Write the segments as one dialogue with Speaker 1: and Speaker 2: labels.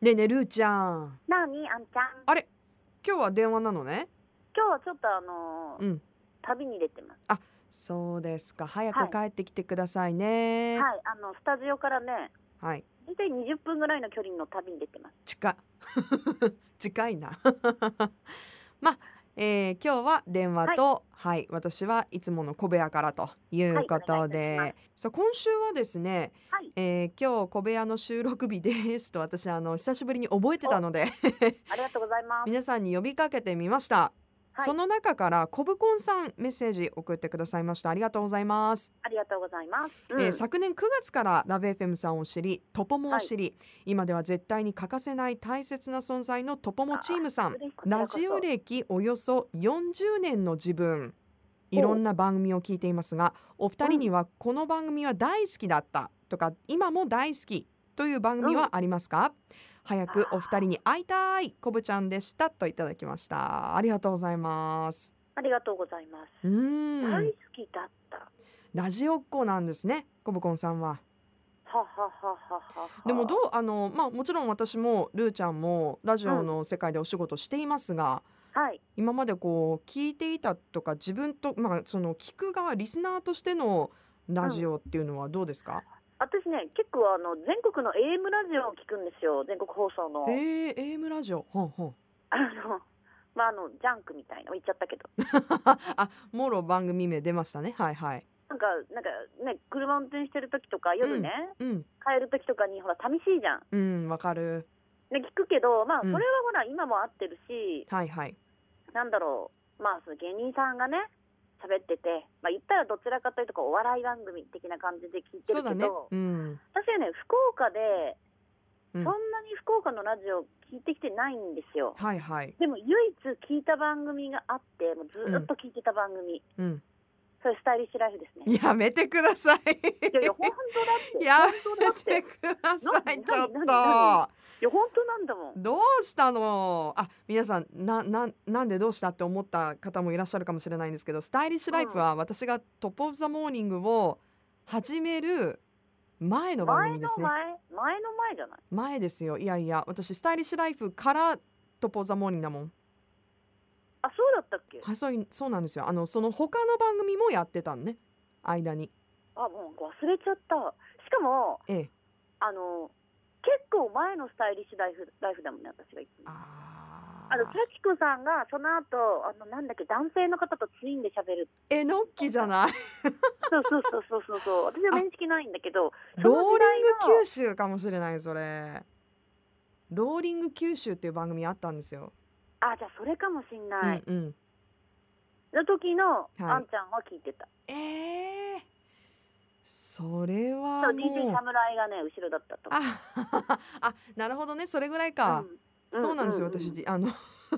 Speaker 1: ねえねえるーちゃん
Speaker 2: なあにあんちゃん
Speaker 1: 今日は電話なのね
Speaker 2: 今日はちょっとあのー
Speaker 1: うん
Speaker 2: 旅に出てます
Speaker 1: そうですか早く帰ってきてくださいね
Speaker 2: はいあのスタジオからね
Speaker 1: はい、
Speaker 2: 大体20分ぐらいの距離の旅に出てます
Speaker 1: 近 近いな まあ、えー今日は電話とはい、私はいつもの小部屋からということ
Speaker 2: はいお願いい
Speaker 1: で、
Speaker 2: たしま
Speaker 1: さあ今週はですね、
Speaker 2: はい
Speaker 1: えー今日小部屋の収録日ですと私あの久しぶりに覚えてたので
Speaker 2: ありがとうございます
Speaker 1: 皆さんに呼びかけてみました、
Speaker 2: はい
Speaker 1: その中からコブコンさんメッセージ送ってくださいましたありがとうございます
Speaker 2: ありがとうございます、うん
Speaker 1: えー昨年9月からラブ FM さんを知りトポモを知り、今では絶対に欠かせない大切な存在のトポモチームさん
Speaker 2: 嬉しいこちら
Speaker 1: ラ
Speaker 2: こそ
Speaker 1: ジオ歴およそ40年の自分いろんな番組を聞いていますがお二人にはこの番組は大好きだったとか今も大好きという番組はありますか、早くお二人に会いたいこぶちゃんでしたといただきましたありがとうございます
Speaker 2: ありがとうございます、
Speaker 1: うーん、
Speaker 2: 大好きだった
Speaker 1: ラジオっ子なんですねこぶこんさんは
Speaker 2: はははははは
Speaker 1: でもどうあのまあもちろん私もルーちゃんもラジオの世界でお仕事していますが、
Speaker 2: はい
Speaker 1: 今までこう聞いていたとか自分とまあその聞く側リスナーとしてのラジオっていうのはどうですか？
Speaker 2: 私ね結構あの全国の AM ラジオを聞くんですよ全国放送の
Speaker 1: えー、AM ラジオ、ほん ほん。
Speaker 2: あのまああのジャンクみたいな言っちゃったけど
Speaker 1: あ、もろ番組名出ましたね。はいはい。
Speaker 2: なんかなんかね車運転してる時とか夜ね、
Speaker 1: うん
Speaker 2: 帰る時とかにほら寂しいじゃん
Speaker 1: うんわかる。
Speaker 2: ね、聞くけど、まあ、
Speaker 1: う
Speaker 2: そ
Speaker 1: ん
Speaker 2: れはほら、今も合ってるし、
Speaker 1: はいはい。
Speaker 2: なんだろう、まあ、その芸人さんがね、喋ってて、まあ、言ったらどちらかというと、お笑い番組的な感じで聞いて
Speaker 1: そ
Speaker 2: る
Speaker 1: うだ
Speaker 2: け
Speaker 1: ね
Speaker 2: ど、。
Speaker 1: うん。
Speaker 2: 私はね、福岡で、
Speaker 1: うん
Speaker 2: そんなに福岡のラジオ聞いてきてないんですよ。
Speaker 1: はいはい。
Speaker 2: でも、唯一聞いた番組があって、もうずーっと聞いてた番組、
Speaker 1: うん。
Speaker 2: それ、スタイリッシュライフですね。
Speaker 1: やめてください。
Speaker 2: いやいや、本当だって。
Speaker 1: や
Speaker 2: 本当
Speaker 1: め
Speaker 2: だって。
Speaker 1: てください。
Speaker 2: 何
Speaker 1: ちょっ
Speaker 2: 何
Speaker 1: と
Speaker 2: 何。いや、本当なんだもん。
Speaker 1: どうしたのあ皆さんなななんでどうしたって思った方もいらっしゃるかもしれないんですけどスタイリッシュライフは私が「トップ・オブ・ザ・モーニング」を始める前の番
Speaker 2: 前
Speaker 1: 組で
Speaker 2: の
Speaker 1: すね
Speaker 2: 前、前の前じゃない。
Speaker 1: 前ですよいやいや私スタイリッシュライフから「トップ・オブ・ザ・モーニング」だもん
Speaker 2: あ、そうだったっけ
Speaker 1: はいそういそうなんですよあのその他の番組もやってたのね間に
Speaker 2: あもう忘れちゃったしかも
Speaker 1: ええ
Speaker 2: あの結構前のスタイリッシュライフライフだもんね私が言ってる
Speaker 1: あ
Speaker 2: あの幸子さんがその後あのなんだっけ男性の方とツインで喋る
Speaker 1: えのっきじゃない
Speaker 2: そうそうそうそうそうそう 私は面識ないんだけどそ
Speaker 1: ローリン
Speaker 2: の時代
Speaker 1: グ
Speaker 2: の
Speaker 1: 九州かもしれないそれローリング九州っていう番組あったんですよ、
Speaker 2: あじゃあそれかもしんない、
Speaker 1: うんうん
Speaker 2: の時の、
Speaker 1: い
Speaker 2: あんちゃんは聞いてた
Speaker 1: えー、それ
Speaker 2: そ
Speaker 1: は
Speaker 2: う DJ
Speaker 1: もう
Speaker 2: 侍がね後ろだったと
Speaker 1: あ あなるほどねそれぐらい
Speaker 2: か
Speaker 1: か、そうなんですよ、私じあの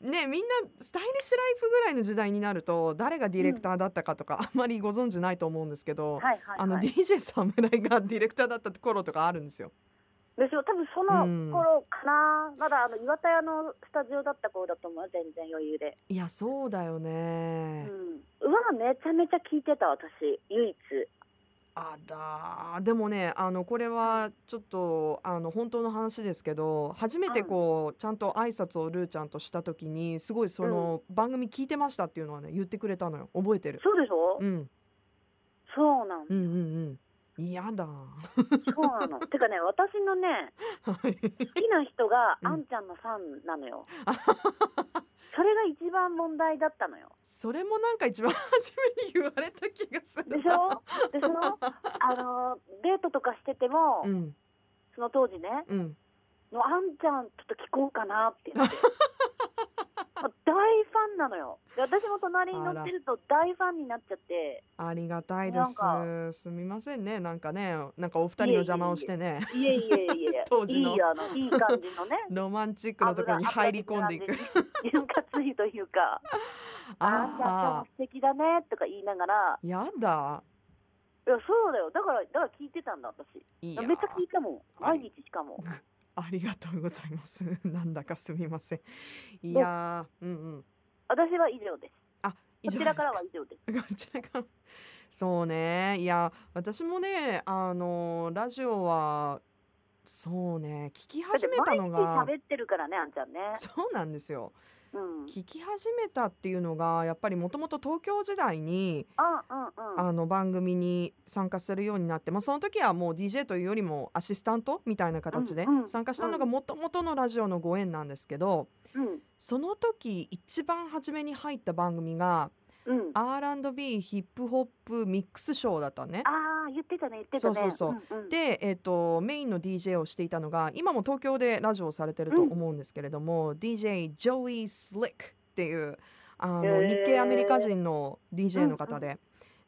Speaker 1: ねみんなスタイリッシュライフぐらいの時代になると誰がディレクターだったかとか、あんまりご存知ないと思うんですけど、
Speaker 2: はいはい、はい、
Speaker 1: あの DJ 侍がディレクターだった頃とかあるんですよ。
Speaker 2: ですよ多分その頃かな、まだあの岩田屋のスタジオだった頃だと思う全然余裕で、
Speaker 1: いやそうだよね、
Speaker 2: うん、うわめちゃめちゃ聞いてた私唯一
Speaker 1: あらーでもねあのこれはちょっとあの本当の話ですけど初めてこう、ちゃんと挨拶をルーちゃんとした時にすごいその、番組聞いてましたっていうのはね言ってくれたのよ覚えてる、
Speaker 2: そうでしょ、
Speaker 1: うん、
Speaker 2: そうなの
Speaker 1: うんうんうん嫌だ
Speaker 2: そうな のてかね私のね
Speaker 1: はい
Speaker 2: 好きな人が
Speaker 1: うん
Speaker 2: あんちゃんのファンな のよ、それが一番問題だったのよ
Speaker 1: それもなんか一番初めに言われた気がす
Speaker 2: で
Speaker 1: る
Speaker 2: しょでそのあのデートとかしてても、
Speaker 1: うん
Speaker 2: その当時ね
Speaker 1: うん
Speaker 2: のあんちゃんちょっと聞こうかなって言ってもう大ファンなのよで私も隣に乗ってると大ファンになっちゃって
Speaker 1: ありがたいです
Speaker 2: な
Speaker 1: すみませんねなんかねなんかお二人の邪魔をしてね
Speaker 2: いえいえいえ
Speaker 1: 当時の
Speaker 2: いいあのいい感じのね
Speaker 1: ロマンチックなところに入り込んでいく
Speaker 2: 油潤滑油というかあんた今
Speaker 1: あ
Speaker 2: 日も素敵だねとか言いながら
Speaker 1: ーやだ
Speaker 2: いやそうだよだからだから聞いてたんだ私
Speaker 1: いや
Speaker 2: めっちゃ聞いたもん
Speaker 1: はい
Speaker 2: 毎日しかも
Speaker 1: ありがとうございます。 なんだかすみません。いやー、うんうん。
Speaker 2: 私は以上です
Speaker 1: 以上
Speaker 2: こちら
Speaker 1: で
Speaker 2: か
Speaker 1: す
Speaker 2: らは以上です
Speaker 1: か こちらから。そうね。いや、私もね、あのラジオはそうね聞き
Speaker 2: だって
Speaker 1: 始めたのが
Speaker 2: 毎日喋ってるからねあんちゃんね
Speaker 1: そうなんですよ
Speaker 2: うん
Speaker 1: 聞き始めたっていうのがやっぱりもともと東京時代に
Speaker 2: あうんうん
Speaker 1: あの番組に参加するようになって、まあ、その時はもう DJ というよりもアシスタントみたいな形で
Speaker 2: うんうん
Speaker 1: 参加したのがもともとのラジオのご縁なんですけど
Speaker 2: うん
Speaker 1: その時一番初めに入った番組が
Speaker 2: うんあ
Speaker 1: R&B ヒップホップミックスショーだったね。
Speaker 2: あー言ってたね言ってたね
Speaker 1: そうそう
Speaker 2: そうんうん
Speaker 1: で、えっとメインの DJ をしていたのが今も東京でラジオをされてると
Speaker 2: うん
Speaker 1: 思うんですけれども、DJ ジョイ・スリックっていうあの、
Speaker 2: へー
Speaker 1: 日系アメリカ人の DJ の方
Speaker 2: うん
Speaker 1: で。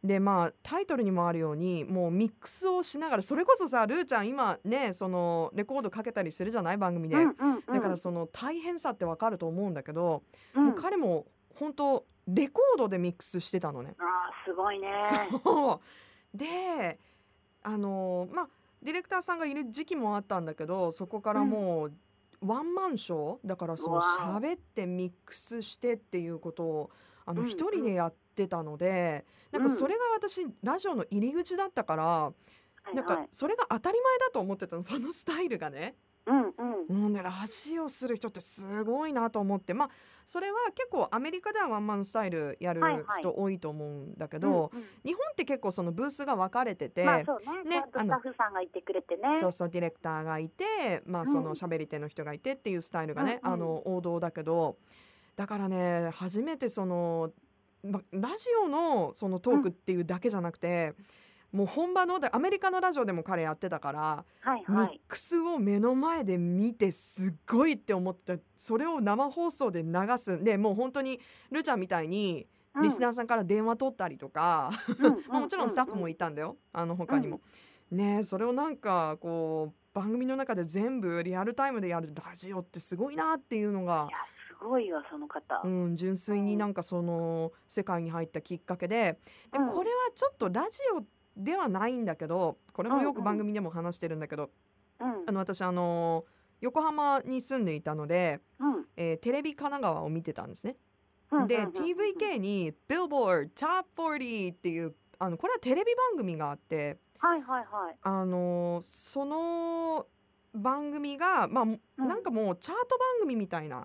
Speaker 1: でまあ、タイトルにもあるようにもうミックスをしながらそれこそさルーちゃん今ねそのレコードかけたりするじゃない番組で、
Speaker 2: うんうんうん
Speaker 1: だからその大変さってわかると思うんだけど、
Speaker 2: うん
Speaker 1: もう彼も本当レコードでミックスしてたのね。
Speaker 2: あーすごいね
Speaker 1: そうであのまあディレクターさんがいる時期もあったんだけどそこからもう、ワンマンショーだからその
Speaker 2: わあ
Speaker 1: 喋ってミックスしてっていうことをあの
Speaker 2: うんうん
Speaker 1: 一人でやってたので、なんかそれが私ラジオの入り口だったから、
Speaker 2: はい
Speaker 1: なん
Speaker 2: は
Speaker 1: か
Speaker 2: い
Speaker 1: それが当たり前だと思ってたのそのスタイルがね。
Speaker 2: うんうん
Speaker 1: もうねラジオする人ってすごいなと思ってまあそれは結構アメリカではワンマンスタイルやる
Speaker 2: はいはい
Speaker 1: 人多いと思うんだけど、
Speaker 2: うんうん
Speaker 1: 日本って結構そのブースが分かれてて、
Speaker 2: まあそうね
Speaker 1: ね
Speaker 2: ちゃんとスタッフさんがいてくれてね
Speaker 1: そうそうディレクターがいて、まあ、
Speaker 2: うん
Speaker 1: その喋り手の人がいてっていうスタイルがね、
Speaker 2: うんうん
Speaker 1: あの王道だけどだからね初めてその、ま、ラジオのそのトークっていうだけじゃなくて、もう本場のでアメリカのラジオでも彼やってたから、
Speaker 2: はい
Speaker 1: ミ
Speaker 2: は
Speaker 1: ッ
Speaker 2: い
Speaker 1: クスを目の前で見てすっごいって思ってそれを生放送で流すんでもう本当にルーちゃんみたいにリスナーさんから電話取ったりとか。まあ、もちろんスタッフも
Speaker 2: い
Speaker 1: いたんだよ、あの他にも。ねえそれをなんかこう番組の中で全部リアルタイムでやるラジオってすごいなっていうのが、
Speaker 2: やすごいわその方
Speaker 1: うん、純粋になんかその世界に入ったきっかけでで
Speaker 2: うん
Speaker 1: これはちょっとラジオではないんだけどこれもよ
Speaker 2: うんう
Speaker 1: く
Speaker 2: ん
Speaker 1: 番組でも話してるんだけど
Speaker 2: うん
Speaker 1: あの私あの横浜に住んでいたので、
Speaker 2: うん
Speaker 1: えーテレビ神奈川を見てたんですね。
Speaker 2: うん
Speaker 1: で
Speaker 2: うんうん
Speaker 1: TVK に「Billboard Top 40」っていうあのこれはテレビ番組があって。
Speaker 2: はいはいはい
Speaker 1: あのーその番組が、まあ、も
Speaker 2: うん
Speaker 1: なんかもうチャート番組みたいな、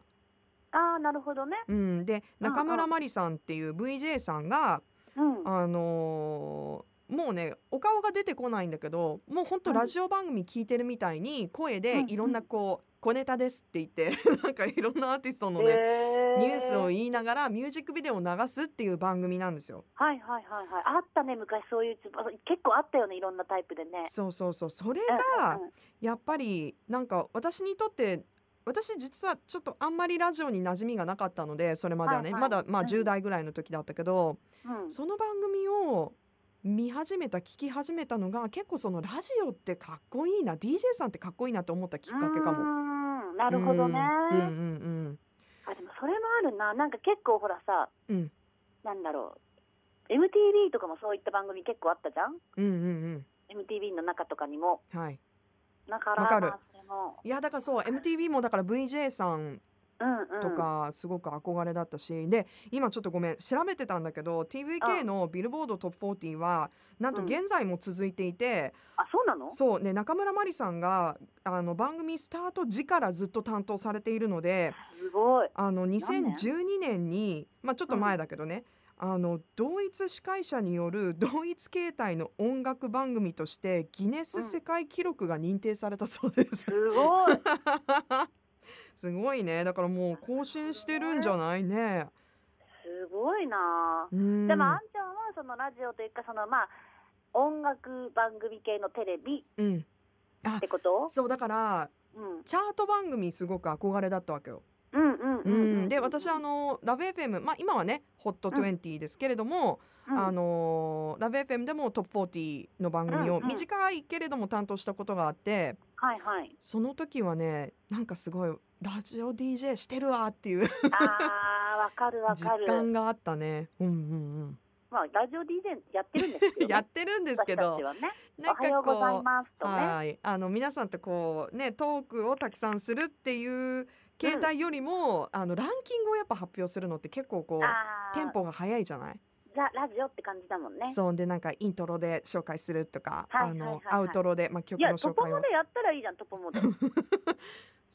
Speaker 2: ああなるほどね
Speaker 1: うん、で
Speaker 2: うんうん
Speaker 1: 中村まりさんっていう VJ さんが、
Speaker 2: うん
Speaker 1: あのーもうねお顔が出てこないんだけどもうほんと
Speaker 2: うん
Speaker 1: ラジオ番組聞いてるみたいに声
Speaker 2: うん
Speaker 1: で
Speaker 2: うん
Speaker 1: いろんなこう小ネタですって言って なんかいろんなアーティストのね
Speaker 2: へ
Speaker 1: ニュースを
Speaker 2: はい
Speaker 1: 言いながらミュージックビデオを流すっていう番組なんですよ。
Speaker 2: はいはいはいあったね昔そういうつ結構あったよねいろんなタイプでね
Speaker 1: そうそうそうそれ
Speaker 2: うん
Speaker 1: が
Speaker 2: うんうん
Speaker 1: やっぱりなんか私にとって私実はちょっとあんまりラジオに馴染みがなかったのでそれまではね、
Speaker 2: はいはい
Speaker 1: まだまあ
Speaker 2: うん
Speaker 1: 10代ぐらいの時だったけど、
Speaker 2: うん
Speaker 1: その番組を見始めた聞き始めたのが結構そのラジオってかっこいいな DJ さんってかっこいいなと思ったきっかけか
Speaker 2: う
Speaker 1: も。
Speaker 2: ーんなるほどね
Speaker 1: うんうん
Speaker 2: あでもそれもあるななんか結構ほらさ
Speaker 1: うんうん
Speaker 2: なんだろう MTV とかもそういった番組結構あったじゃん
Speaker 1: うんうん
Speaker 2: MTV の中とかにも
Speaker 1: うんはい。
Speaker 2: だから
Speaker 1: わかる
Speaker 2: まあそれも
Speaker 1: いやだからそう MTV もだから VJ さん
Speaker 2: うんうん
Speaker 1: とかすごく憧れだったし、で今ちょっとごめん調べてたんだけど TVK のビルボードトップ40はなんと
Speaker 2: うん
Speaker 1: 現在も続いていて、
Speaker 2: あそうなの
Speaker 1: そうね中村まりさんがあの番組スタート時からずっと担当されているのです
Speaker 2: ごい
Speaker 1: あの
Speaker 2: 年
Speaker 1: 2012年にまあちょっと前だけどね、あの同一司会者による同一形態の音楽番組としてギネス世界記録が認定されたそうです
Speaker 2: す。ごい
Speaker 1: すごいねだからもう更新してるんじゃないね。
Speaker 2: すごいな
Speaker 1: うん
Speaker 2: でもあんちゃんはそのラジオというかそのまあ音楽番組系のテレビ
Speaker 1: うん、
Speaker 2: ってこと
Speaker 1: そうだから
Speaker 2: うん
Speaker 1: チャート番組すごく憧れだったわけよ。
Speaker 2: うん
Speaker 1: う
Speaker 2: うんうんうんうん
Speaker 1: ん、で私あのラブ FM、まあ、今はねホット20ですけれども、
Speaker 2: うん
Speaker 1: あのラブ FM でもトップ40の番組を
Speaker 2: うんうん
Speaker 1: 短いけれども担当したことがあって
Speaker 2: はいはい
Speaker 1: その時はねなんかすごいラジオ DJ してるわっていう
Speaker 2: あーわかるわ
Speaker 1: 実
Speaker 2: かる
Speaker 1: 感があったね。うんうん
Speaker 2: まあラジオ DJ やってるんですよ
Speaker 1: う
Speaker 2: ね
Speaker 1: ん、 やってるんですけ
Speaker 2: 私た
Speaker 1: ど
Speaker 2: ちはね
Speaker 1: なん
Speaker 2: おはよ
Speaker 1: か
Speaker 2: うござ
Speaker 1: こ
Speaker 2: いうますとね
Speaker 1: はい、あの皆さんとこうねトークをたくさんするっていう形態よりも、あのランキングをやっぱ発表するのって結構こう
Speaker 2: あー
Speaker 1: テンポが早いじゃない。
Speaker 2: ザ・ラジオって感じだもんね。
Speaker 1: そうでなんかイントロで紹介するとか、
Speaker 2: は
Speaker 1: あ
Speaker 2: いはいはい
Speaker 1: の
Speaker 2: はい
Speaker 1: アウトロでまあ曲
Speaker 2: いや、
Speaker 1: の
Speaker 2: ト
Speaker 1: 紹
Speaker 2: ポ
Speaker 1: 介
Speaker 2: モ
Speaker 1: を
Speaker 2: でやったらいいじゃん、トポモ で。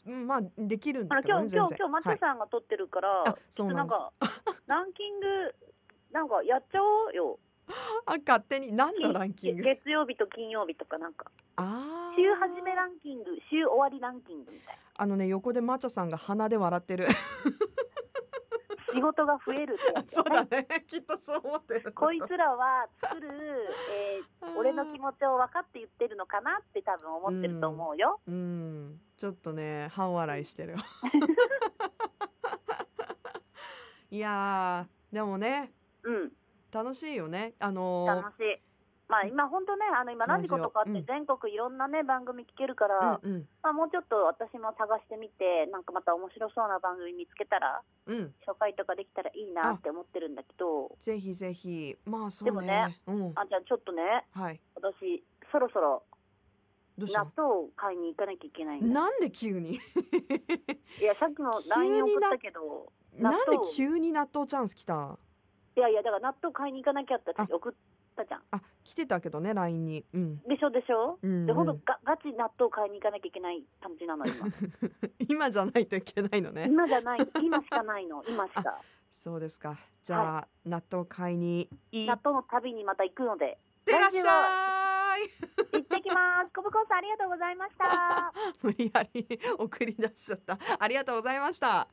Speaker 1: うんまあできるん
Speaker 2: ほら
Speaker 1: だ、けど
Speaker 2: 今
Speaker 1: ね
Speaker 2: 日、
Speaker 1: 全
Speaker 2: 今日、
Speaker 1: 然
Speaker 2: 今日、マッチョさんが撮ってるから、
Speaker 1: はい、あそう
Speaker 2: な
Speaker 1: なん
Speaker 2: ん
Speaker 1: です
Speaker 2: か、ランキング、なんかやっちゃおうよ。
Speaker 1: あ勝手に何のランキング
Speaker 2: 月曜日と金曜日とか、なんか、
Speaker 1: あー
Speaker 2: 週始めランキング、週終わりランキングみた い
Speaker 1: あのね横でマチャさんが鼻で笑 ってる
Speaker 2: な。仕事が増えるってやつ
Speaker 1: そ
Speaker 2: よ
Speaker 1: うだねきっとそう思ってる
Speaker 2: こいつらは作る、えー俺の気
Speaker 1: 持
Speaker 2: 持ちを分かって言ってるのかなって多分思ってると思うよ。
Speaker 1: うんちょっとね半笑いしてる いやーでもね
Speaker 2: うん、
Speaker 1: 楽しいよねあのー
Speaker 2: 楽しい。まあ今本当ね、あの今ラジコとかあっ
Speaker 1: ラ
Speaker 2: て
Speaker 1: ジ
Speaker 2: 全国いろんなね、番組聞けるから、
Speaker 1: うん
Speaker 2: まあもうちょっと私も探してみて、なんかまた面白そうな番組見つけたら、
Speaker 1: うんうん
Speaker 2: 紹介とかできたらいいなって思ってるんだけど、
Speaker 1: ぜひぜひまあそうね
Speaker 2: でもね
Speaker 1: うん
Speaker 2: あ、じゃあちょっとね、
Speaker 1: はい
Speaker 2: 私、そろそろ
Speaker 1: どうした
Speaker 2: 納
Speaker 1: の
Speaker 2: 豆を買いに行かなきゃいけないんだ。
Speaker 1: なんで急に
Speaker 2: いや、さっきも LINE 送ったけど、
Speaker 1: な
Speaker 2: 納
Speaker 1: んで
Speaker 2: 豆
Speaker 1: 急に納豆チャンス来た
Speaker 2: いやいや、だから納豆買いに行かなきゃって送ったじゃん。
Speaker 1: あ来てたけどね LINE にうん
Speaker 2: でしょでしょ
Speaker 1: うんうん
Speaker 2: で、ほんとガガチ納豆買いに行かなきゃい けない感じなの、今。
Speaker 1: 今じゃないといけないのね
Speaker 2: 今じゃない、今しかないの、今しか。
Speaker 1: そうですかじゃあ、納豆買いに行
Speaker 2: 納
Speaker 1: っ
Speaker 2: 豆の旅にまた行くので、
Speaker 1: てらっしゃい
Speaker 2: 行ってきます。コブコ ーさんありがとうございました。
Speaker 1: 無理やり送り出しちゃったありがとうございました